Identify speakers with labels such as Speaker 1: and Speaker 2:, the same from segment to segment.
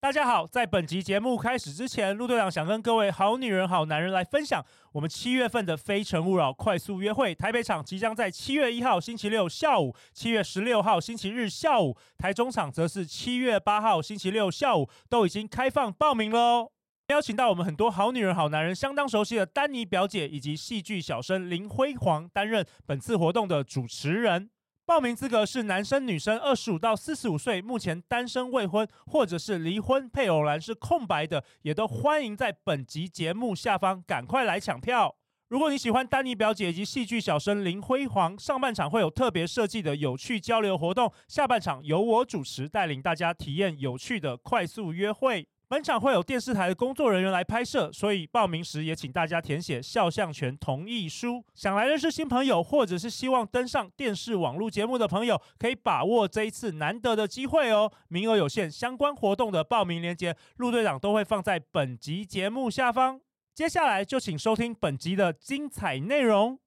Speaker 1: 大家好，在本集节目开始之前，陆队长想跟各位好女人、好男人来分享，我们七月份的《非诚勿扰》快速约会台北场即将在七月一号星期六下午、七月十六号星期日下午，台中场则是七月八号星期六下午都已经开放报名喽。邀请到我们很多好女人、好男人相当熟悉的丹妮表姐以及戏剧小生林辉煌担任本次活动的主持人。报名资格是男生、女生，二十五到四十五岁，目前单身、未婚，或者是离婚，配偶栏是空白的，也都欢迎在本集节目下方赶快来抢票。如果你喜欢丹尼表姐以及戏剧小生林辉煌，上半场会有特别设计的有趣交流活动，下半场由我主持带领大家体验有趣的快速约会。本场会有电视台的工作人员来拍摄，所以报名时也请大家填写肖像权同意书。想来认识新朋友，或者是希望登上电视网络节目的朋友，可以把握这一次难得的机会哦。名额有限，相关活动的报名链接，陆队长都会放在本集节目下方。接下来就请收听本集的精彩内容。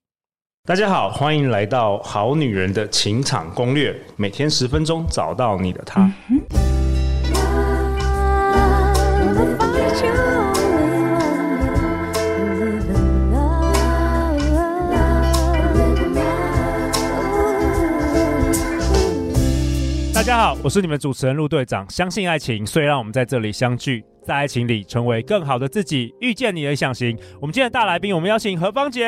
Speaker 2: 大家好，欢迎来到《好女人的情场攻略》，每天十分钟，找到你的他。
Speaker 1: 大家好，我是你们主持人陆队长。相信爱情，所以让我们在这里相聚，在爱情里成为更好的自己，遇见你的理想型。我们今天的大来宾，我们邀请何芳姐。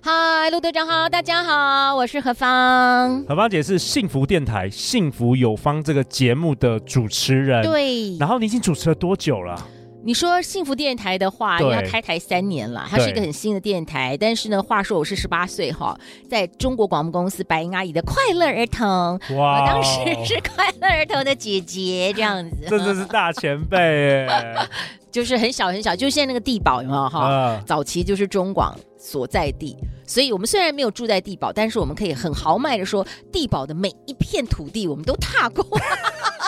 Speaker 3: 嗨，陆队长
Speaker 1: 嗯
Speaker 3: 好，大家好，我是何芳。
Speaker 1: 何芳姐是幸福电台《幸福有方》这个节目的主持人。。
Speaker 3: 对，
Speaker 1: 然后你已经主持了多久了？
Speaker 3: 你说幸福电台的话，因为它
Speaker 1: 对
Speaker 3: 开台三年了，它是一个
Speaker 1: 对
Speaker 3: 很新的电台。但是呢，话说我是十八岁哈，在中国广播公司白银阿姨的快乐儿童，我
Speaker 1: 哇
Speaker 3: 当时是快乐儿童的姐姐 这样子，
Speaker 1: 真的是大前辈 耶！
Speaker 3: 就是很小很小，就是现在那个地堡有没有哈？
Speaker 1: 啊，
Speaker 3: 早期就是中广所在地，所以我们虽然没有住在地堡，但是我们可以很豪迈的说，地堡的每一片土地我们都踏过。
Speaker 1: 嗯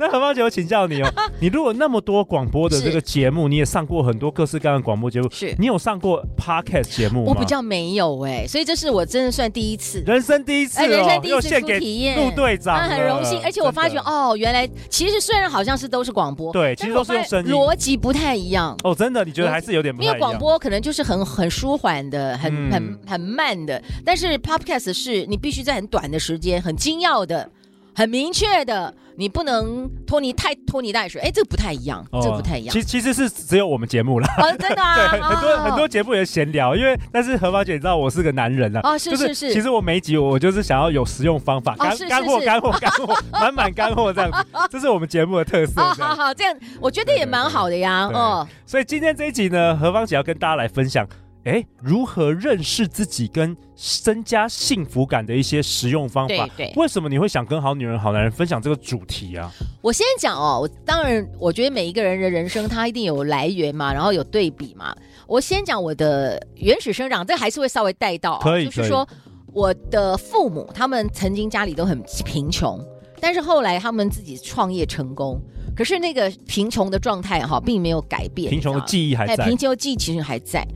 Speaker 1: 那何芳姐，我请教你哦，你如果那么多广播的这个节目，你也上过很多各式各样的广播节目，
Speaker 3: 是
Speaker 1: 你有上过 podcast 节目吗？
Speaker 3: 我比较没有哎、所以这是我真的算第一次。
Speaker 1: 人生第一次、哦，
Speaker 3: 哎，人生第一
Speaker 1: 又
Speaker 3: 次
Speaker 1: 献
Speaker 3: 出
Speaker 1: 给
Speaker 3: 体验，
Speaker 1: 陆队长了、
Speaker 3: 啊，很荣幸。而且我发觉
Speaker 1: 真的，
Speaker 3: 哦，原来其实虽然好像是都是广播，
Speaker 1: 对，其实
Speaker 3: 但我
Speaker 1: 都是
Speaker 3: 发现
Speaker 1: 用声音。
Speaker 3: 逻辑不太一样。
Speaker 1: 哦，真的，你觉得还是有点不太一
Speaker 3: 因
Speaker 1: 样？
Speaker 3: 为广播可能就是很很舒缓的，很、
Speaker 1: 嗯
Speaker 3: 很很慢的，但是 podcast 是你必须在很短的时间、很精要的、很明确的，你不能拖泥太拖泥带水。哎，这不太一样，
Speaker 1: 哦
Speaker 3: 这不太一样
Speaker 1: 其。其实是只有我们节目啦。
Speaker 3: 哦，真的
Speaker 1: 对，
Speaker 3: 啊，
Speaker 1: 很多、
Speaker 3: 哦
Speaker 1: 很多节目也闲聊，因为但是何芳姐，你知道我是个男人啊，
Speaker 3: 哦，是
Speaker 1: 就是
Speaker 3: 是，哦
Speaker 1: 其实我每一集我我就是想要有实用方法，干
Speaker 3: 是是
Speaker 1: 干货
Speaker 3: 是
Speaker 1: 干货干货， 满满干货这样 子，这是我们节目的特色。
Speaker 3: 哦，
Speaker 1: 这样
Speaker 3: 好好这样，我觉得
Speaker 1: 对对
Speaker 3: 也蛮
Speaker 1: 对
Speaker 3: 好的呀，
Speaker 1: 对
Speaker 3: 哦，
Speaker 1: 所以今天这一集呢，何芳姐要跟大家来分享，哎，如何认识自己跟增加幸福感的一些实用方法
Speaker 3: 对。对。
Speaker 1: 为什么你会想跟好女人、好男人分享这个主题啊？
Speaker 3: 我先讲哦，我当然，我觉得每一个人的人生他一定有来源嘛，然后有对比嘛。我先讲我的原始生长，这还是会稍微带到、哦，
Speaker 1: 可以
Speaker 3: 就
Speaker 1: 可以
Speaker 3: 是说我的父母他们曾经家里都很贫穷，但是后来他们自己创业成功，可是那个贫穷的状态哈、并没有改变，
Speaker 1: 贫穷的
Speaker 3: 你知道吗
Speaker 1: 记忆还在
Speaker 3: 哎，，贫穷记忆其实还在。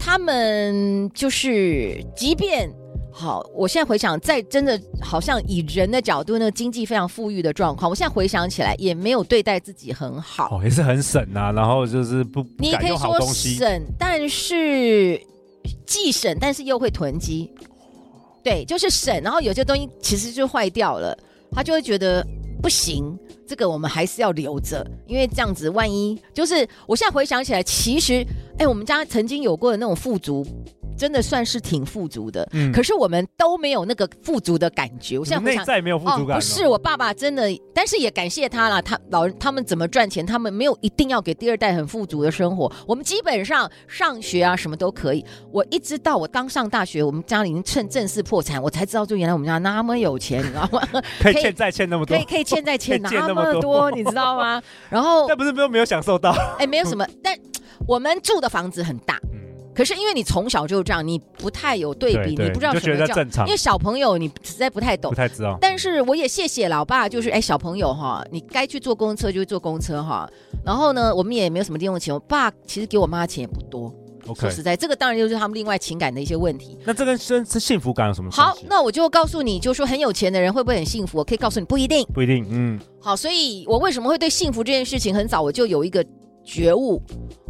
Speaker 3: 他们就是，即便好，我现在回想，在真的好像以人的角度，那个经济非常富裕的状况，我现在回想起来，也没有对待自己很好。
Speaker 1: 哦，也是很省啊，然后就是不不
Speaker 3: 你也
Speaker 1: 敢
Speaker 3: 可以
Speaker 1: 用好
Speaker 3: 说
Speaker 1: 东西，
Speaker 3: 省，但是既省，但是又会囤积。对，就是省，然后有些东西其实就坏掉了，他就会觉得不行，这个我们还是要留着，因为这样子万一就是我现在回想起来，其实哎，我们家曾经有过的那种富足，真的算是挺富足的，
Speaker 1: 嗯
Speaker 3: 可是我们都没有那个富足的感觉。我现在
Speaker 1: 你
Speaker 3: 回
Speaker 1: 内
Speaker 3: 想，
Speaker 1: 在没有富足感、
Speaker 3: 哦
Speaker 1: 哦
Speaker 3: 不是，我爸爸真的，但是也感谢他啦。他老人他们怎么赚钱，他们没有一定要给第二代很富足的生活。我们基本上上学啊什么都可以。我一直到我刚上大学，我们家里已经趁正式破产，我才知道，就原来我们家那么有钱，你 知道吗？
Speaker 1: 可以
Speaker 3: 可以
Speaker 1: 欠债欠那么多
Speaker 3: 可以，可以欠债欠
Speaker 1: 可以欠
Speaker 3: 那
Speaker 1: 那么
Speaker 3: 么
Speaker 1: 多
Speaker 3: 多，你知道吗？然后
Speaker 1: 但不是没有没有享受到。
Speaker 3: 哎，没有什么，但我们住的房子很大，
Speaker 1: 嗯，
Speaker 3: 可是因为你从小就这样，你不太有对比，你不知道
Speaker 1: 就
Speaker 3: 什
Speaker 1: 觉
Speaker 3: 么
Speaker 1: 得
Speaker 3: 叫。
Speaker 1: 正常
Speaker 3: 因为，小朋友你实在不太懂
Speaker 1: 不，太知道。
Speaker 3: 但是我也谢谢老爸，就是哎，小朋友哈，你该去坐公车就去坐公车哈。然后呢，我们也没有什么零用钱，我爸其实给我妈的钱也不多，
Speaker 2: OK，
Speaker 3: 说实在，这个当然就是他们另外情感的一些问题。
Speaker 2: 那这跟生这幸福感有什么关
Speaker 3: 好
Speaker 2: 系？，
Speaker 3: 那我就告诉你，就说很有钱的人会不会很幸福？我可以告诉你，不一定。
Speaker 2: 不一定，嗯，
Speaker 3: 好，所以我为什么会对幸福这件事情很早我就有一个觉悟，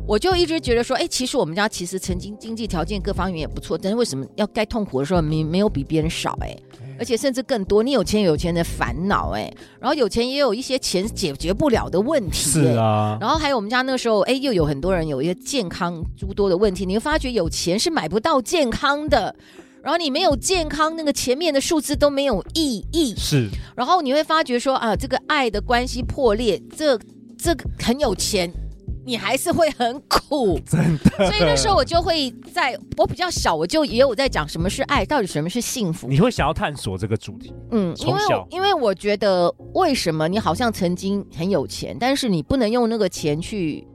Speaker 3: 我就一直觉得说，哎，其实我们家其实曾经经济条件各方面也不错，但是为什么要该痛苦的时候没没有比别人少哎、而且甚至更多，你有钱有钱的烦恼哎、然后有钱也有一些钱解决不了的问题、
Speaker 2: 是
Speaker 3: 哎
Speaker 2: 啊，
Speaker 3: 然后还有我们家那个时候，哎，又有很多人有一些健康诸多的问题，你会发觉有钱是买不到健康的，然后你没有健康，那个前面的数字都没有意义。
Speaker 2: 是
Speaker 3: 然后你会发觉说啊，这个爱的关系破裂，这这个很有钱，你还是会很苦， 真的。所以那时候我就会在，我比较小，我就也有在讲什么是爱，到底什么是幸福。
Speaker 2: 你会想要探索这个主题，
Speaker 3: 嗯，因
Speaker 2: 从
Speaker 3: 为
Speaker 2: 小
Speaker 3: 我因为我觉得，为什么你好像曾经很有钱，但是你不能用那个钱去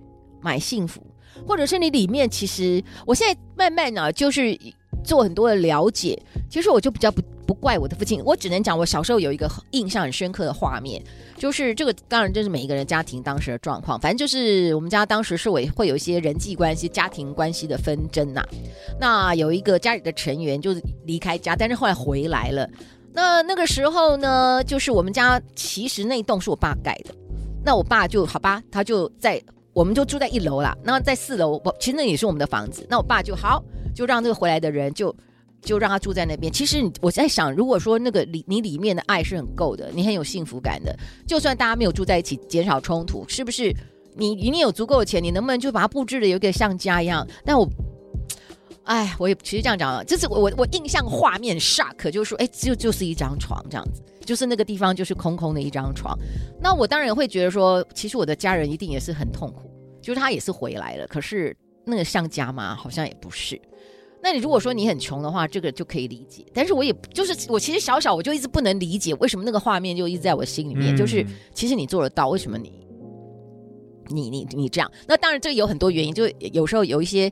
Speaker 3: 买幸福，或者是你里面其实，我现在慢慢呢、就是做很多的了解，其实我就比较不不怪我的父亲，我只能讲我小时候有一个很印象很深刻的画面，就是这个当然这是每一个人家庭当时的状况，反正就是我们家当时是会会有一些人际关系、家庭关系的纷争呐、那有一个家里的成员就是离开家，但是后来回来了。那那个时候呢，就是我们家其实那一栋是我爸盖的，那我爸就好吧，他就在我们就住在一楼啦，那在四楼，我其实那也是我们的房子，那我爸就好就让这个回来的人就。就让他住在那边。其实你我在想，如果说那个里你里面的爱是很够的，你很有幸福感的，就算大家没有住在一起，减少冲突，是不是？你你有足够的钱，你能不能就把它布置的有点像家一样？但我哎，我也其实这样讲啊，就是我我我印象画面 shock，就是说，哎，就就是一张床这样子，就是那个地方就是空空的一张床。那我当然会觉得说，其实我的家人一定也是很痛苦，就是他也是回来了，可是那个像家吗？好像也不是。那你如果说你很穷的话，这个就可以理解。但是我也就是我其实小小我就一直不能理解，为什么那个画面就一直在我心里面，就是
Speaker 2: 嗯
Speaker 3: 其实你做得到，为什么你你你你这样？那当然，这有很多原因，就有时候有一些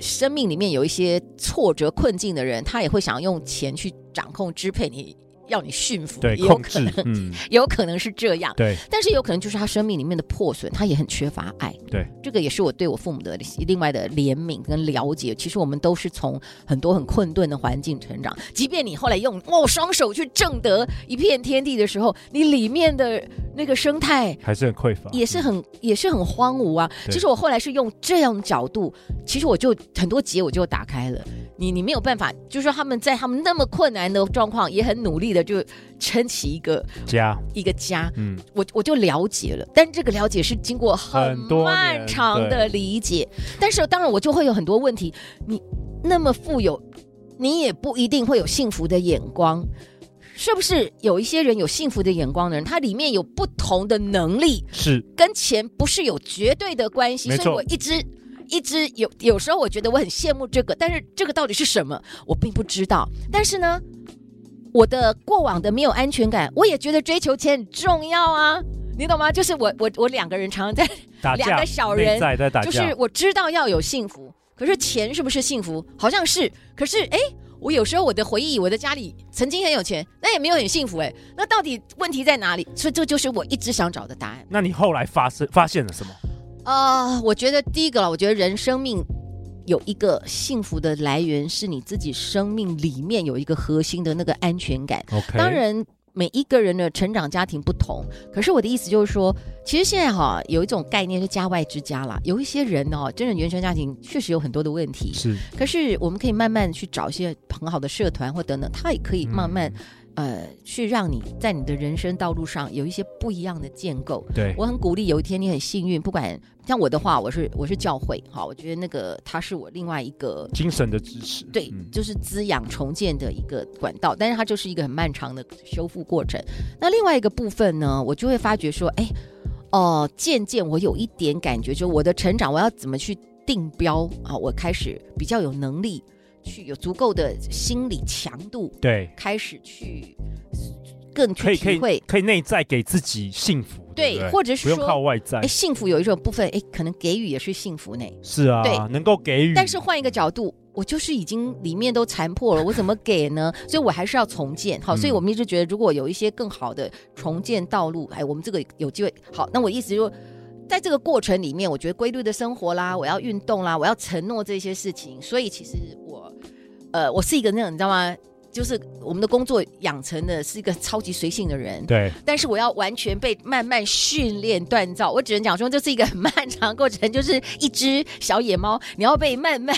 Speaker 3: 生命里面有一些挫折困境的人，他也会想用钱去掌控支配你，要你驯服，
Speaker 2: 对
Speaker 3: 也有
Speaker 2: 控
Speaker 3: 可
Speaker 2: 制
Speaker 3: 能，
Speaker 2: 嗯，
Speaker 3: 有可能是这样。
Speaker 2: 对，
Speaker 3: 但是有可能就是他生命里面的破损，他也很缺乏爱。
Speaker 2: 对，
Speaker 3: 这个也是我对我父母的另外的怜悯跟了解。其实我们都是从很多很困顿的环境成长，即便你后来用哦双手去挣得一片天地的时候，你里面的那个生态
Speaker 2: 还是很匮乏，
Speaker 3: 也是很也是很荒芜啊。
Speaker 2: 对
Speaker 3: 其实我后来是用这样角度，其实我就很多结我就打开了。你你没有办法，就是说他们在他们那么困难的状况，也很努力的就撑起一个
Speaker 2: 家，
Speaker 3: 一个家。
Speaker 2: 嗯，
Speaker 3: 我我就了解了，但这个了解是经过很
Speaker 2: 很多年
Speaker 3: 漫长的理解，但是当然我就会有很多问题。你那么富有，你也不一定会有幸福的眼光，是不是？有一些人有幸福的眼光的人，他里面有不同的能力，
Speaker 2: 是
Speaker 3: 跟钱不是有绝对的关系，
Speaker 2: 没
Speaker 3: 所以
Speaker 2: 错
Speaker 3: 我一直。一直有有时候我觉得我很羡慕这个，但是这个到底是什么，我并不知道。但是呢，我的过往的没有安全感，我也觉得追求钱很重要啊，你懂吗？就是我我我两个人常常在，
Speaker 2: 打架，
Speaker 3: 两个小人
Speaker 2: 内在在打架，
Speaker 3: 就是我知道要有幸福，可是钱是不是幸福？好像是，可是哎，我有时候我的回忆，我的家里曾经很有钱，那也没有很幸福哎，那到底问题在哪里？所以这就是我一直想找的答案。
Speaker 2: 那你后来发生发现了什么？
Speaker 3: 呃，我觉得第一个了，我觉得人生命有一个幸福的来源是你自己生命里面有一个核心的那个安全感。
Speaker 2: OK，
Speaker 3: 当然，每一个人的成长家庭不同，可是我的意思就是说，其实现在哈、有一种概念是家外之家啦，有一些人哦，真的原生家庭确实有很多的问题，
Speaker 2: 是
Speaker 3: 可是我们可以慢慢去找一些很好的社团或等等，它也可以慢慢、呃去让你在你的人生道路上有一些不一样的建构。
Speaker 2: 对，
Speaker 3: 我很鼓励，有一天你很幸运，不管像我的话，我是我是教会，好，我觉得那个它是我另外一个
Speaker 2: 精神的支持，
Speaker 3: 对
Speaker 2: 嗯，
Speaker 3: 就是滋养重建的一个管道，但是它就是一个很漫长的修复过程。那另外一个部分呢，我就会发觉说，哎，哦、渐渐我有一点感觉，就我的成长，我要怎么去定标啊？我开始比较有能力去有足够的心理强度，
Speaker 2: 对，
Speaker 3: 开始去更
Speaker 2: 可
Speaker 3: 去
Speaker 2: 以可
Speaker 3: 体
Speaker 2: 以
Speaker 3: 会。
Speaker 2: 可以内在给自己幸福，对不
Speaker 3: 对，
Speaker 2: 对，
Speaker 3: 或者
Speaker 2: 不
Speaker 3: 是
Speaker 2: 用靠
Speaker 3: 说，
Speaker 2: 外在
Speaker 3: 哎，，幸福有一种部分，哎，可能给予也是幸福呢。
Speaker 1: 嗯
Speaker 2: 是啊，
Speaker 3: 对
Speaker 2: 能够给予，
Speaker 3: 但是换一个角度，我就是已经里面都残破了，我怎么给呢？所以我还是要重建。好，
Speaker 2: 嗯
Speaker 3: 所以我们一直觉得，如果有一些更好的重建道路，哎，我们这个有机会。好，那我意思就是。在这个过程里面，我觉得规律的生活啦，我要运动啦，我要承诺这些事情，所以其实我，呃，我是一个那种你知道吗？就是我们的工作养成的是一个超级随性的人，
Speaker 1: 对，
Speaker 3: 但是我要完全被慢慢训练锻造。我只能讲说，这是一个很漫长的过程，就是一只小野猫，你要被慢 慢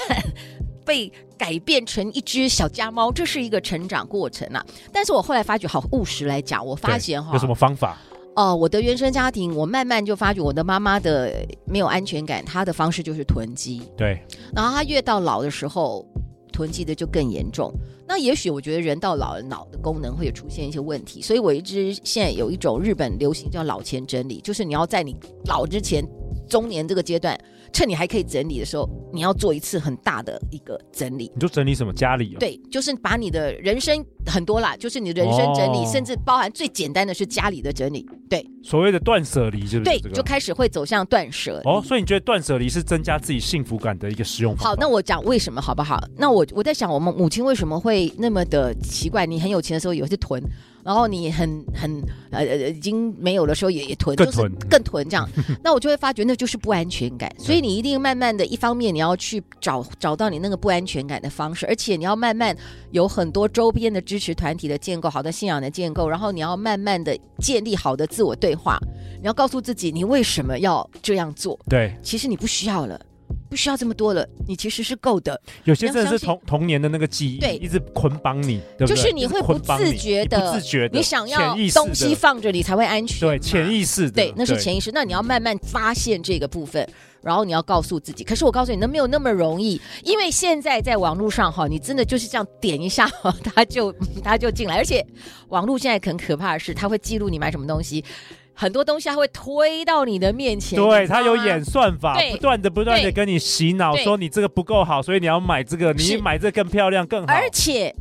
Speaker 3: 被改变成一只小家猫，这是一个成长过程啊。但是我后来发觉，好务实来讲，我发现哈
Speaker 1: 有，什么方法？
Speaker 3: 哦，我的原生家庭，我慢慢就发觉我的妈妈的没有安全感，她的方式就是囤积，
Speaker 1: 对，
Speaker 3: 然后她越到老的时候，囤积的就更严重。那也许我觉得人到老了，脑的功能会有出现一些问题，所以我一直现在有一种日本流行叫老钱整理，就是你要在你老之前，中年这个阶段，趁你还可以整理的时候，你要做一次很大的一个整理。
Speaker 1: 你就整理什么家里、哦？，
Speaker 3: 对，就是把你的人生很多啦，就是你的人生整理，
Speaker 1: 哦
Speaker 3: 甚至包含最简单的是家里的整理。
Speaker 1: 所谓的断舍离，是不
Speaker 3: 对
Speaker 1: 是？，这
Speaker 3: 就
Speaker 1: 个。
Speaker 3: 开始会走向断舍离。
Speaker 1: 哦，所以你觉得断舍离是增加自己幸福感的一个实用方法？
Speaker 3: 嗯好，那我讲为什么好不好？那我我在想，我们母亲为什么会那么的奇怪？你很有钱的时候也是囤，然后你很很呃呃已经没有的时候也也囤，
Speaker 1: 更
Speaker 3: 就是
Speaker 1: 囤
Speaker 3: 更囤 这样。那我就会发觉那就是不安全感，所以你一定慢慢的，一方面你要去找找到你那个不安全感的方式，而且你要慢慢有很多周边的支持团体的建构，好的信仰的建构，然后你要慢慢的建立好的自我对话，你要告诉自己你为什么要这样做。
Speaker 1: 对，
Speaker 3: 其实你不需要了，不需要这么多了，你其实是够的。
Speaker 1: 有些真
Speaker 3: 你要
Speaker 1: 的
Speaker 3: 相
Speaker 1: 是
Speaker 3: 信
Speaker 1: 童童年的那个记忆，
Speaker 3: 对
Speaker 1: 一直捆绑你，对不对？
Speaker 3: 就是你会
Speaker 1: 一直捆绑你
Speaker 3: 不自觉地
Speaker 1: 你不自觉的，
Speaker 3: 你想要
Speaker 1: 潜意识的
Speaker 3: 东西，放着，你才会安全。
Speaker 1: 对，潜
Speaker 3: 识。
Speaker 1: 意识的，
Speaker 3: 对，那是潜意识。那你要慢慢发现这个部分，然后你要告诉自己。可是我告诉你，那没有那么容易，因为现在在网络上哈，你真的就是这样点一下，哈，它就它就进来。而且网络现在很可怕的是，它会记录你买什么东西，很多东西它会推到你的面前。
Speaker 1: 对
Speaker 3: 你知道
Speaker 1: 他有
Speaker 3: 吗
Speaker 1: 演算法，
Speaker 3: 对
Speaker 1: 不断的不断的
Speaker 3: 对
Speaker 1: 跟你洗脑，
Speaker 3: 对
Speaker 1: 说你这个不够好，所以你要买这个，你
Speaker 3: 是
Speaker 1: 买这个更漂亮更好。
Speaker 3: 而且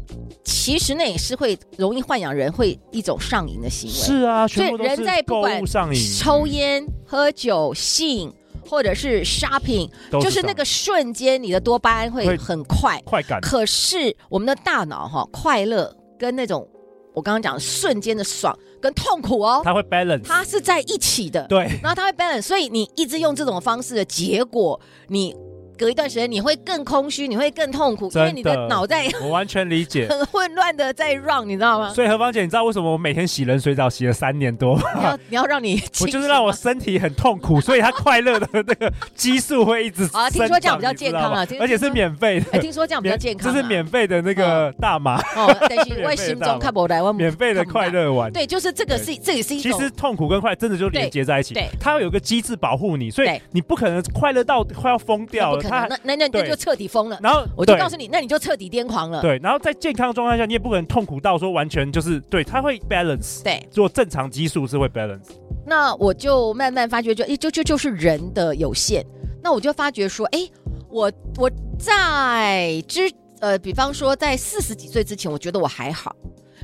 Speaker 3: 其实那也是会容易豢养人会一种上瘾的行为。
Speaker 1: 是啊，全部
Speaker 3: 所
Speaker 1: 都
Speaker 3: 以人
Speaker 1: 是
Speaker 3: 在不
Speaker 1: 购
Speaker 3: 管
Speaker 1: 物上瘾，嗯
Speaker 3: 抽烟、喝酒、性或者是 shopping，
Speaker 1: 嗯都
Speaker 3: 就是
Speaker 1: 这
Speaker 3: 那
Speaker 1: 样
Speaker 3: 个瞬间，你的多巴胺会
Speaker 1: 会
Speaker 3: 很快。
Speaker 1: 快感。
Speaker 3: 可是我们的大脑哈、快乐跟那种我刚刚讲瞬间的爽跟痛苦哦，
Speaker 1: 它会 balance，
Speaker 3: 它是在一起的。
Speaker 1: 对，
Speaker 3: 然后它会 balance，所以你一直用这种方式的结果，你隔一段时间你会更空虚，你会更痛苦，因为你
Speaker 1: 真
Speaker 3: 的
Speaker 1: 的
Speaker 3: 脑袋
Speaker 1: 我完全理解。
Speaker 3: 很混乱的在 run，你知道吗？
Speaker 1: 所以何芳姐，你知道为什么我每天洗冷水澡洗了三年多吗？
Speaker 3: 你要你要让你
Speaker 1: 啊我
Speaker 3: 清
Speaker 1: 就是
Speaker 3: 醒
Speaker 1: 让我身体很痛苦，所以它快乐的那个激素会一直
Speaker 3: 啊听说
Speaker 1: 生长
Speaker 3: 这样比较健康啊
Speaker 1: 你知道吗
Speaker 3: 听说
Speaker 1: 而且是免费的，
Speaker 3: 哎，听说这样比较健康、啊，
Speaker 1: 这是免费的那个大麻，
Speaker 3: 哦，但是我
Speaker 1: 免费的
Speaker 3: 的心
Speaker 1: 大
Speaker 3: 中
Speaker 1: 麻
Speaker 3: 看不来，我
Speaker 1: 免费的
Speaker 3: 看不
Speaker 1: 快
Speaker 3: 来。
Speaker 1: 乐丸。
Speaker 3: 对，就是这个是，这也是一
Speaker 1: 其
Speaker 3: 种。
Speaker 1: 实痛苦跟快乐真的就连接在一起
Speaker 3: 对对，
Speaker 1: 它有个机制保护你，所以
Speaker 3: 对
Speaker 1: 你不可能快乐到快要疯掉
Speaker 3: 那
Speaker 1: 了。
Speaker 3: 不可
Speaker 1: 它
Speaker 3: 能，那那那
Speaker 1: 对
Speaker 3: 那就彻底疯了。
Speaker 1: 然后
Speaker 3: 我就
Speaker 1: 对
Speaker 3: 告诉你，那你就彻底癫狂了。
Speaker 1: 对，然后在健康状态下，你也不可能痛苦到说完全就是对，它会 balance。
Speaker 3: 对，
Speaker 1: 做正常激素是会 balance，
Speaker 3: 那我就慢慢发觉，就诶就就就是人的有限。那我就发觉说，哎，我我在之呃，比方说在四十几岁之前，我觉得我还好。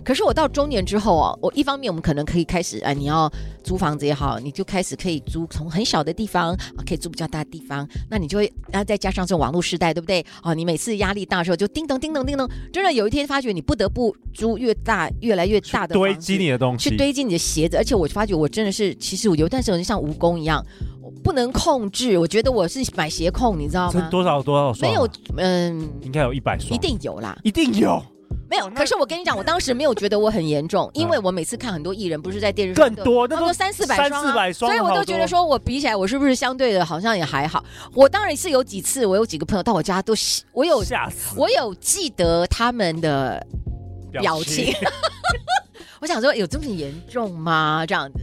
Speaker 3: 可是我到中年之后哦，我一方面我们可能可以开始啊、你要租房子也好，你就开始可以租从很小的地方啊，可以租比较大的地方，那你就会，然后再加上这种网络时代，对不对？哦，你每次压力大的时候就叮咚叮咚叮咚，真的有一天发觉你不得不租越大越来越大的
Speaker 1: 堆
Speaker 3: 房子
Speaker 1: 积你的东
Speaker 3: 去
Speaker 1: 西，
Speaker 3: 堆积你的鞋子，而且我发觉我真的是，其实我有一段时间我就像蜈蚣一样，我不能控制，我觉得我是买鞋控，你知道
Speaker 1: 这
Speaker 3: 吗？
Speaker 1: 多少多少双
Speaker 3: 没
Speaker 1: 啊？
Speaker 3: 有，嗯，
Speaker 1: 应该有一百双，
Speaker 3: 一定有啦，
Speaker 1: 一定有，
Speaker 3: 没有。
Speaker 1: 哦那
Speaker 3: 可是我跟你讲，我当时没有觉得我很严重，因为我每次看很多艺人不是在电视上
Speaker 1: 嗯更多，
Speaker 3: 他
Speaker 1: 那
Speaker 3: 们
Speaker 1: 都
Speaker 3: 都三四百双、啊，
Speaker 1: 300-400双
Speaker 3: 所以我
Speaker 1: 好
Speaker 3: 都
Speaker 1: 多
Speaker 3: 觉得说我比起来，我是不是相对的好像也还好？我当然是有几次，我有几个朋友到我家都喜，我有
Speaker 1: 吓死
Speaker 3: 我有记得他们的表 情。我想说，有这么严重吗？这样子。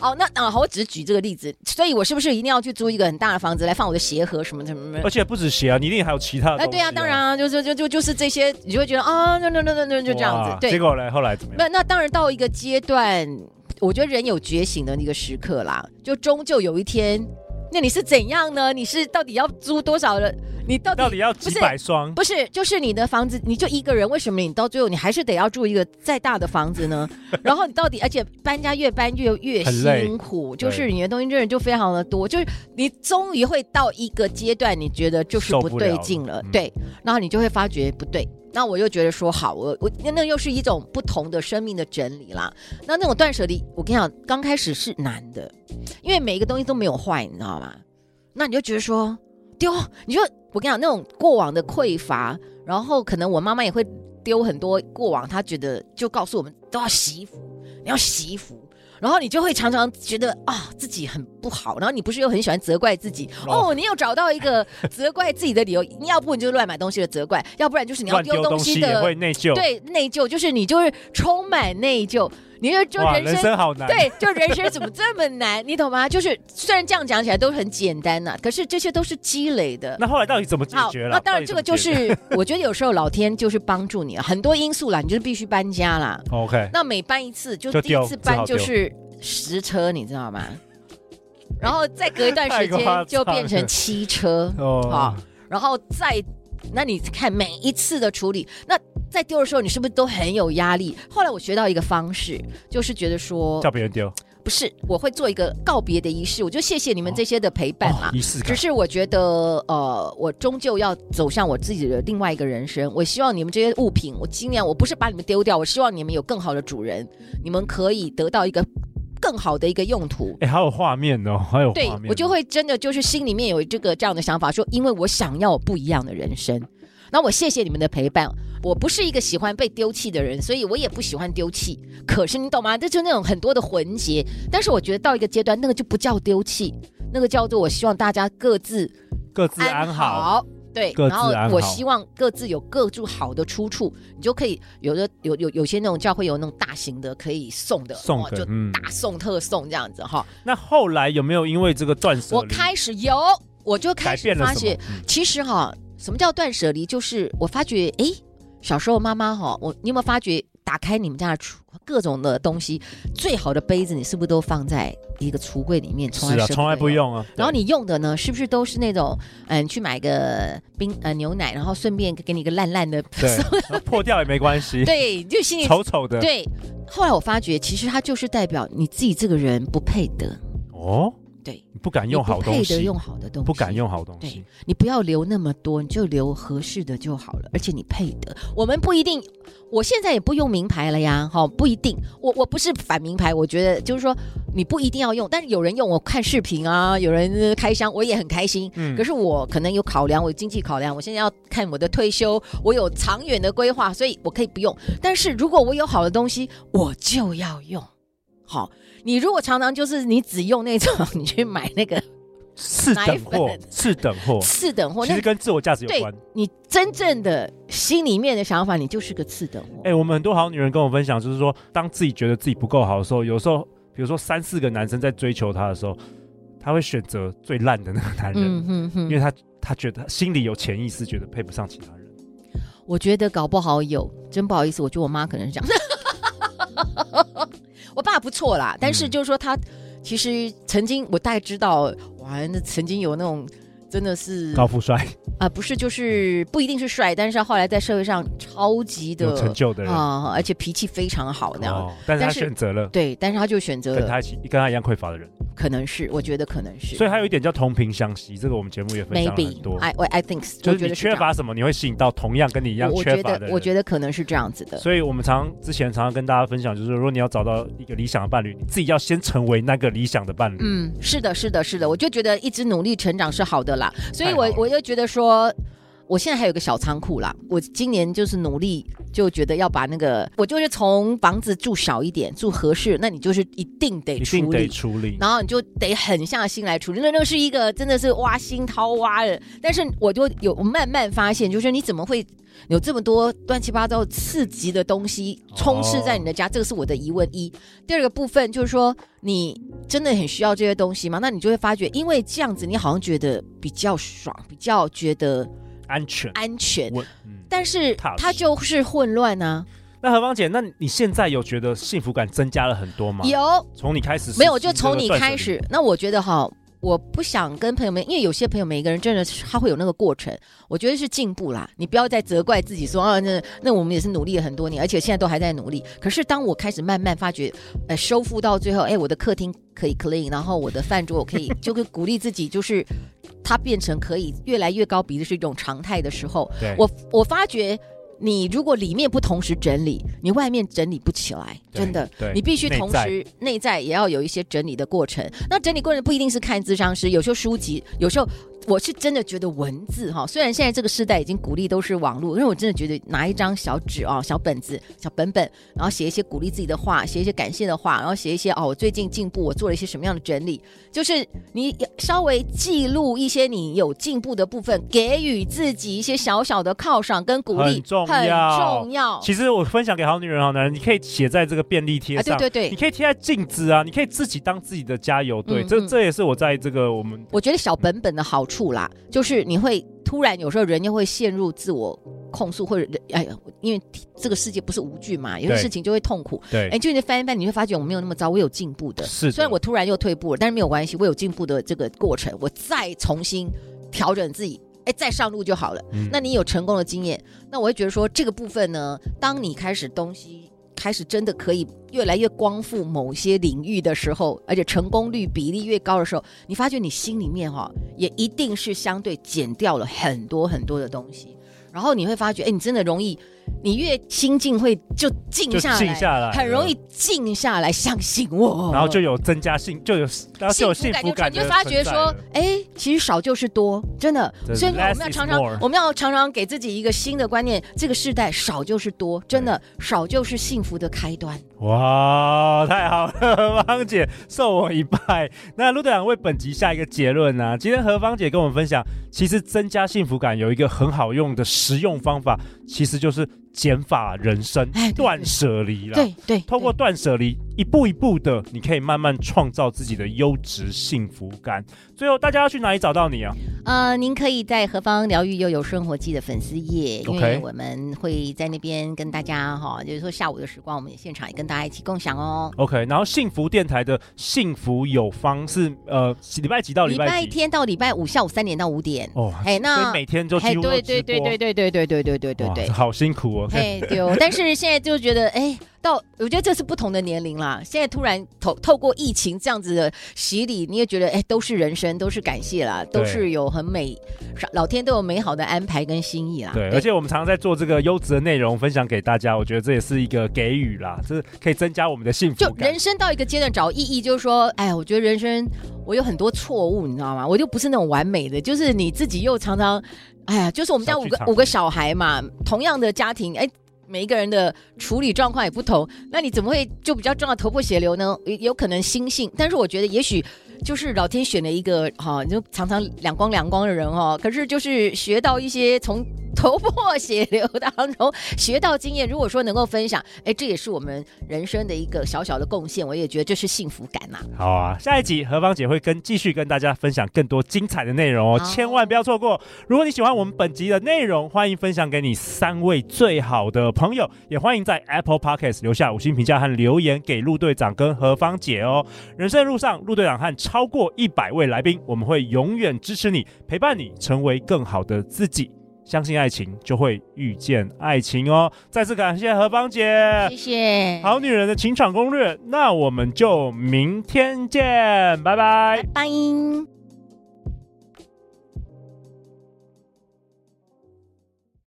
Speaker 3: 哦，那啊，好，我只是举这个例子，所以我是不是一定要去租一个很大的房子来放我的鞋盒什么什么什么
Speaker 1: 而？且不止鞋啊，你一定还有其他的
Speaker 3: 哎，
Speaker 1: 东西。
Speaker 3: 对啊，当然，啊，就是就就就是这些，你就会觉得啊，那那那那那就这样子
Speaker 1: 哇，
Speaker 3: 对
Speaker 1: 结。果呢，后来怎么样？
Speaker 3: 那那当然到一个阶段，我觉得人有觉醒的那个时刻啦，就终究有一天，那你是怎样呢？你是到底要租多少的？你到底
Speaker 1: 到底要
Speaker 3: 不
Speaker 1: 几
Speaker 3: 是
Speaker 1: 百双？
Speaker 3: 不是，就是你的房子，你就一个人，为什么你到最后你还是得要住一个再大的房子呢？然后你到底，而且搬家越搬越越
Speaker 2: 很累
Speaker 3: 辛苦，就是
Speaker 2: 对
Speaker 3: 你的东西真的就非常的多，就是你终于会到一个阶段，你觉得就是
Speaker 1: 受
Speaker 3: 不
Speaker 1: 不
Speaker 3: 对
Speaker 1: 了
Speaker 3: 劲了，
Speaker 1: 嗯
Speaker 3: 对，然后你就会发觉不对。那我又觉得说好，我我那那又是一种不同的生命的整理啦。那那种断舍离，我跟你讲，刚开始是难的，因为每一个东西都没有坏，你知道吗？那你就觉得说丢，你就我跟你讲，那种过往的匮乏，然后可能我妈妈也会丢很多过往，她觉得就告诉我们都要洗衣服，你要洗衣服。然后你就会常常觉得啊自己很不好，然后你不是又很喜欢责怪自己
Speaker 1: 哦
Speaker 3: 哦你又找到 一个责怪自己的理由，你要不你就乱买东西的责怪，要不然就是你要
Speaker 1: 乱
Speaker 3: 丢
Speaker 1: 丢
Speaker 3: 东
Speaker 1: 东
Speaker 3: 西
Speaker 1: 西
Speaker 3: 的
Speaker 1: 也会内疚，
Speaker 3: 对内疚，就是你就是充满内疚，你就就
Speaker 1: 哇，
Speaker 3: 人
Speaker 1: 人
Speaker 3: 生
Speaker 1: 生好难。
Speaker 3: 对，就人生怎么这么难？你懂吗？就是虽然这样讲起来都很简单呐、可是这些都是积累的。
Speaker 1: 那后来到底怎么解决了？
Speaker 3: 那当
Speaker 1: 到
Speaker 3: 然
Speaker 1: 底
Speaker 3: 这
Speaker 1: 怎
Speaker 3: 个
Speaker 1: 么
Speaker 3: 就
Speaker 1: 解决
Speaker 3: 是我觉得有时候老天就是帮助你了，啊很多因素啦，你就是必须搬家啦。
Speaker 1: OK，
Speaker 3: 那每搬一次，就
Speaker 1: 就
Speaker 3: 第一
Speaker 1: 丢
Speaker 3: 次
Speaker 1: 只
Speaker 3: 搬
Speaker 1: 好
Speaker 3: 就
Speaker 1: 丢
Speaker 3: 是十车，你知道吗？然后再隔一段
Speaker 1: 太
Speaker 3: 时
Speaker 1: 夸张
Speaker 3: 间就变成
Speaker 1: 了
Speaker 3: 七车。
Speaker 1: 哦
Speaker 3: 好，然后再，那你看每一次的处理，那在丢的时候，你是不是都很有压力？后来我学到一个方式，就是觉得说
Speaker 1: 叫，别人丢，
Speaker 3: 不是，我会做一个告别的仪式，我就谢谢你们这些的陪伴嘛。
Speaker 1: 哦仪式
Speaker 3: 只
Speaker 1: 感。
Speaker 3: 是我觉得，呃，我终究要走向我自己的另外一个人生。我希望你们这些物品，我尽量，我不是把你们丢掉，我希望你们有更好的主人，你们可以得到一个更好的一个用途。
Speaker 1: 哎，好有画面哦，好有画
Speaker 3: 对
Speaker 1: 面哦。
Speaker 3: 我就会真的就是心里面有这个这样的想法，说因为我想要不一样的人生。那我谢谢你们的陪伴，我不是一个喜欢被丢弃的人，所以我也不喜欢丢弃。可是你懂吗？这就是那种很多的魂结。但是我觉得到一个阶段，那个就不叫丢弃，那个叫做我希望大家各自
Speaker 1: 各自安好。
Speaker 3: 好。对，
Speaker 1: 各自
Speaker 3: 然后
Speaker 1: 安好
Speaker 3: 我希望各自有各自好的出处，你就可以有的有有有些那种教会有那种大型的可以送的，
Speaker 1: 送
Speaker 3: 哦
Speaker 1: 的
Speaker 3: 就
Speaker 1: 嗯
Speaker 3: 大送特送这样子哈。
Speaker 1: 那后来有没有因为这个断舍
Speaker 3: 我
Speaker 1: 离
Speaker 3: 开始有，我就
Speaker 1: 改
Speaker 3: 开始
Speaker 1: 变了
Speaker 3: 发
Speaker 1: 什么
Speaker 3: 觉，？
Speaker 1: 嗯
Speaker 3: 其实哈，什么叫断舍离？就是我发觉，诶，小时候妈妈哈，我你有没有发觉，打开你们家的橱，各种的东西，最好的杯子，你是不是都放在一个橱柜里面，从来
Speaker 1: 是啊，
Speaker 3: 舍
Speaker 1: 从来
Speaker 3: 得
Speaker 1: 不
Speaker 3: 用。
Speaker 1: 用啊。
Speaker 3: 然后
Speaker 1: 对
Speaker 3: 你用的呢，是不是都是那种，嗯，去买个冰呃牛奶，然后顺便给你一个烂烂 的，
Speaker 1: 对， 然后破掉也没关系，
Speaker 3: 对，你就心里
Speaker 1: 丑丑的。
Speaker 3: 对。后来我发觉，其实它就是代表你自己这个人不配得，
Speaker 1: 哦，
Speaker 3: 对，
Speaker 1: 你不敢
Speaker 3: 你
Speaker 1: 用
Speaker 3: 不
Speaker 1: 好
Speaker 3: 配
Speaker 1: 东
Speaker 3: 得
Speaker 1: 西，
Speaker 3: 用好的东西，
Speaker 1: 不敢用好东西
Speaker 3: 对。你不要留那么多，你就留合适的就好了，而且你配的。我们不一定，我现在也不用名牌了呀，哈、不一定。我我不是反名牌，我觉得就是说你不一定要用，但是有人用，我看视频啊，有人呃开箱，我也很开心。
Speaker 1: 嗯
Speaker 3: 可是我可能有考量，我有经济考量，我现在要看我的退休，我有长远的规划，所以我可以不用。但是如果我有好的东西，我就要用。好，你如果常常就是你只用那种， 你去买那个
Speaker 1: 次
Speaker 3: 奶
Speaker 1: 等货，
Speaker 3: 粉
Speaker 1: 次等 货，
Speaker 3: 次等货，
Speaker 1: 其
Speaker 3: 那
Speaker 1: 实跟自我价值有
Speaker 3: 对
Speaker 1: 关。
Speaker 3: 你真正的心里面的想法，你就是个次等货。
Speaker 1: 哎、我们很多好女人跟我分享，就是说，当自己觉得自己不够好的时候，有时候，比如说三四个男生在追求她的时候，她会选择最烂的那个男人，
Speaker 3: 哼
Speaker 1: 因
Speaker 3: 哼，
Speaker 1: 为她她觉得心里有潜意识觉得配不上其他人。
Speaker 3: 我觉得搞不好有，真不好意思，我觉得我妈可能是这样。 我爸不错啦，但是
Speaker 1: 嗯
Speaker 3: 就是说他其实曾经我大概知道，哇，那曾经有那种真的是
Speaker 1: 高富帅
Speaker 3: 啊、不是就是不一定是帅，但是后来在社会上超级
Speaker 1: 有成
Speaker 3: 的
Speaker 1: 就的人，
Speaker 3: 啊、而且脾气非常好那样。
Speaker 1: 哦，但是
Speaker 3: 但
Speaker 1: 她
Speaker 3: 是
Speaker 1: 选择了
Speaker 3: 对，但是呃他就选择
Speaker 1: 跟
Speaker 3: 了，
Speaker 1: 他一起跟他一样匮乏的人，
Speaker 3: 可能是，我觉得可能是
Speaker 1: 所以还有一点叫同频相吸，这个我们节目也分享了很多。
Speaker 3: maybe，I I I think，
Speaker 1: 就
Speaker 3: 哎
Speaker 1: 是
Speaker 3: 我觉
Speaker 1: 你
Speaker 3: 得
Speaker 1: 缺
Speaker 3: 这样
Speaker 1: 乏什么，你会吸引到同样跟你一样
Speaker 3: 我我
Speaker 1: 缺
Speaker 3: 觉
Speaker 1: 乏的
Speaker 3: 得
Speaker 1: 人。
Speaker 3: 我觉得可能是这样子的。
Speaker 1: 所以我们常之前常常跟大家分享，就是如果你要找到一个理想的伴侣，你自己要先成为那个理想的伴侣。
Speaker 3: 嗯，是的，是的，是的，我就觉得一直努力成长是好的啦，所以
Speaker 1: 太好
Speaker 3: 我
Speaker 1: 了
Speaker 3: 我就觉得说，我现在还有个小仓库啦，我今年就是努力，就觉得要把那个，我就是从房子住少一点，住合适，那你就是一定得
Speaker 1: 一
Speaker 3: 处
Speaker 1: 定得
Speaker 3: 理，
Speaker 1: 处理。
Speaker 3: 然后你就得狠下心来处理，那那是一个真的是挖心掏挖的。但是我就有慢慢发现，就是你怎么会有这么多乱七八糟刺激的东西充斥在你的家？这个是我的疑问
Speaker 1: 哦
Speaker 3: 一。第二个部分就是说，你真的很需要这些东西吗？那你就会发觉，因为这样子，你好像觉得比较爽，比较觉得
Speaker 1: 安全，
Speaker 3: 安全。
Speaker 1: 我嗯。
Speaker 3: 但是
Speaker 1: 踏实
Speaker 3: 它就是混乱啊，
Speaker 1: 那何芳姐，那你现在有觉得幸福感增加了很多吗？
Speaker 3: 有
Speaker 1: 从你开始实行
Speaker 3: 没有？就从你
Speaker 1: 这个断舍
Speaker 3: 开
Speaker 1: 离，
Speaker 3: 始。那我觉得哈，我不想跟朋友们，因为有些朋友每一个人真的是他会有那个过程，我觉得是进步啦。你不要再责怪自己说啊，那那我们也是努力了很多年，而且现在都还在努力。可是当我开始慢慢发觉，呃，收复到最后，哎，我的客厅可以 clean，然后我的饭桌我可以，就会鼓励自己，就是它变成可以越来越高比例是一种常态的时候，
Speaker 1: 对
Speaker 3: 我我发觉。你如果里面不同时整理，你外面整理不起来，
Speaker 1: 对
Speaker 3: 真的。
Speaker 1: 对
Speaker 3: 你必须同时内在也要有一些整理的过程。那整理过程不一定是看智商师，有时候书籍，有时候我是真的觉得文字哈，虽然现在这个时代已经鼓励都是网络，因为我真的觉得拿一张小纸哦、小本子、小本本，然后写一些鼓励自己的话，写一些感谢的话，然后写一些哦，我最近进步，我做了一些什么样的整理，就是你稍微记录一些你有进步的部分，给予自己一些小小的犒赏跟鼓励，
Speaker 1: 很重
Speaker 3: 很
Speaker 1: 要
Speaker 3: 重要
Speaker 1: 其实我分享给好女人、好男人，你可以写在这个便利贴
Speaker 3: 啊！
Speaker 1: 上，
Speaker 3: 对对
Speaker 1: 你
Speaker 3: 对，
Speaker 1: 可以贴在镜子啊，你可以自己当自己的加油队。
Speaker 3: 嗯
Speaker 1: 这
Speaker 3: 嗯
Speaker 1: 这也是我在这个我们
Speaker 3: 我觉得小本本的好处啦，就是你会突然有时候人又会陷入自我控诉，或者人哎呀，因为这个世界不是无惧嘛，有些
Speaker 1: 对
Speaker 3: 事情就会痛苦。
Speaker 1: 对
Speaker 3: 哎，就你翻一翻，你会发觉我没有那么糟，我有进步的。
Speaker 1: 是的
Speaker 3: 虽然我突然又退步了，但是没有关系，我有进步的这个过程，我再重新调整自己，哎，再上路就好了。
Speaker 1: 嗯
Speaker 3: 那你有成功的经验，那我会觉得说这个部分呢，当你开始东西开始真的可以越来越光复某些领域的时候，而且成功率比例越高的时候，你发觉你心里面哈、也一定是相对减掉了很多很多的东西，然后你会发觉，哎，你真的容易。你越心境会就静
Speaker 1: 就
Speaker 3: 下来，
Speaker 1: 静下来
Speaker 3: 很容易静下来。相信我，
Speaker 1: 然后就有增加幸，就有 然后就有幸福
Speaker 3: 就
Speaker 1: 感
Speaker 3: 你
Speaker 1: 的
Speaker 3: 就
Speaker 1: 存
Speaker 3: 发
Speaker 1: 在了，
Speaker 3: 觉说，哎，其实少就是多，真的。
Speaker 1: 真的
Speaker 3: 所以呢，我
Speaker 1: less
Speaker 3: 们要
Speaker 1: is
Speaker 3: 常常
Speaker 1: more，
Speaker 3: 我们要常常给自己一个新的观念，这个世代少就是多，真的少就是幸福的开端。
Speaker 1: 哇，太好了， 芳姐受我一拜。那陆队长为本集下一个结论呢、今天何芳姐跟我们分享，其实增加幸福感有一个很好用的实用方法，其实就是减法人 生
Speaker 3: 哎，对
Speaker 1: 断舍离啦。
Speaker 3: 对对，
Speaker 1: 透过
Speaker 3: 对
Speaker 1: 断舍离，一步一步的，你可以慢慢创造自己的优质幸福感。最后，大家要去哪里找到你啊？
Speaker 3: 呃，您可以在何方疗愈又有生活记的粉丝页，因
Speaker 1: OK
Speaker 3: 为我们会在那边跟大家哈，就是说下午的时光，我们也现场也跟大家一起共享哦。
Speaker 1: OK，然后幸福电台的幸福有方是呃礼拜几到礼
Speaker 3: 礼
Speaker 1: 拜
Speaker 3: 拜
Speaker 1: 几？
Speaker 3: 天到礼拜五下午三点到五点。
Speaker 1: 哦，
Speaker 3: 哎，
Speaker 1: 所
Speaker 3: 那
Speaker 1: 以每天就
Speaker 3: 哎，
Speaker 1: 几乎都
Speaker 3: 对
Speaker 1: 直播
Speaker 3: 对对对对对对对对对对
Speaker 1: 哇
Speaker 3: 对，
Speaker 1: 好辛苦 哦。
Speaker 3: 嘿，对哦，但是现在就觉得，哎，到我觉得这是不同的年龄啦。现在突然透透过疫情这样子的洗礼，你也觉得，哎，都是人生，都是感谢啦，都是有很美，老天都有美好的安排跟心意啦。
Speaker 1: 对，而且我们常常在做这个优质的内容分享给大家，我觉得这也是一个给予啦，这可以增加我们的幸
Speaker 3: 就
Speaker 1: 福感
Speaker 3: 人。生到一个阶段找意义，就是说，哎，我觉得人生我有很多错误，你知道吗？我就不是那种完美的，就是你自己又常常，哎呀，就是我们家
Speaker 1: 小
Speaker 3: 五
Speaker 1: 剧
Speaker 3: 个
Speaker 1: 场
Speaker 3: 五个小孩嘛，同样的家庭，哎。每一个人的处理状况也不同，那你怎么会就比较撞到头破血流呢？也有可能心性，但是我觉得也许就是老天选了一个哈、你就常常两光两光的人哦。可是就是学到一些从头破血流当中学到经验，如果说能够分享，哎，这也是我们人生的一个小小的贡献，我也觉得这是幸福感呐、
Speaker 1: 好啊，下一集何芳姐会跟继续跟大家分享更多精彩的内容哦，
Speaker 3: 好
Speaker 1: 千万不要错过。如果你喜欢我们本集的内容，欢迎分享给你三位最好的朋友，也欢迎在 Apple Podcast 留下五星评价和留言给陆队长跟何芳姐哦。人生路上，陆队长和超过一百位来宾，我们会永远支持你，陪伴你，成为更好的自己。相信爱情，就会遇见爱情哦。再次感谢何芳姐，
Speaker 3: 谢谢，
Speaker 1: 好女人的情场攻略，那我们就明天见，拜拜
Speaker 3: 拜。拜。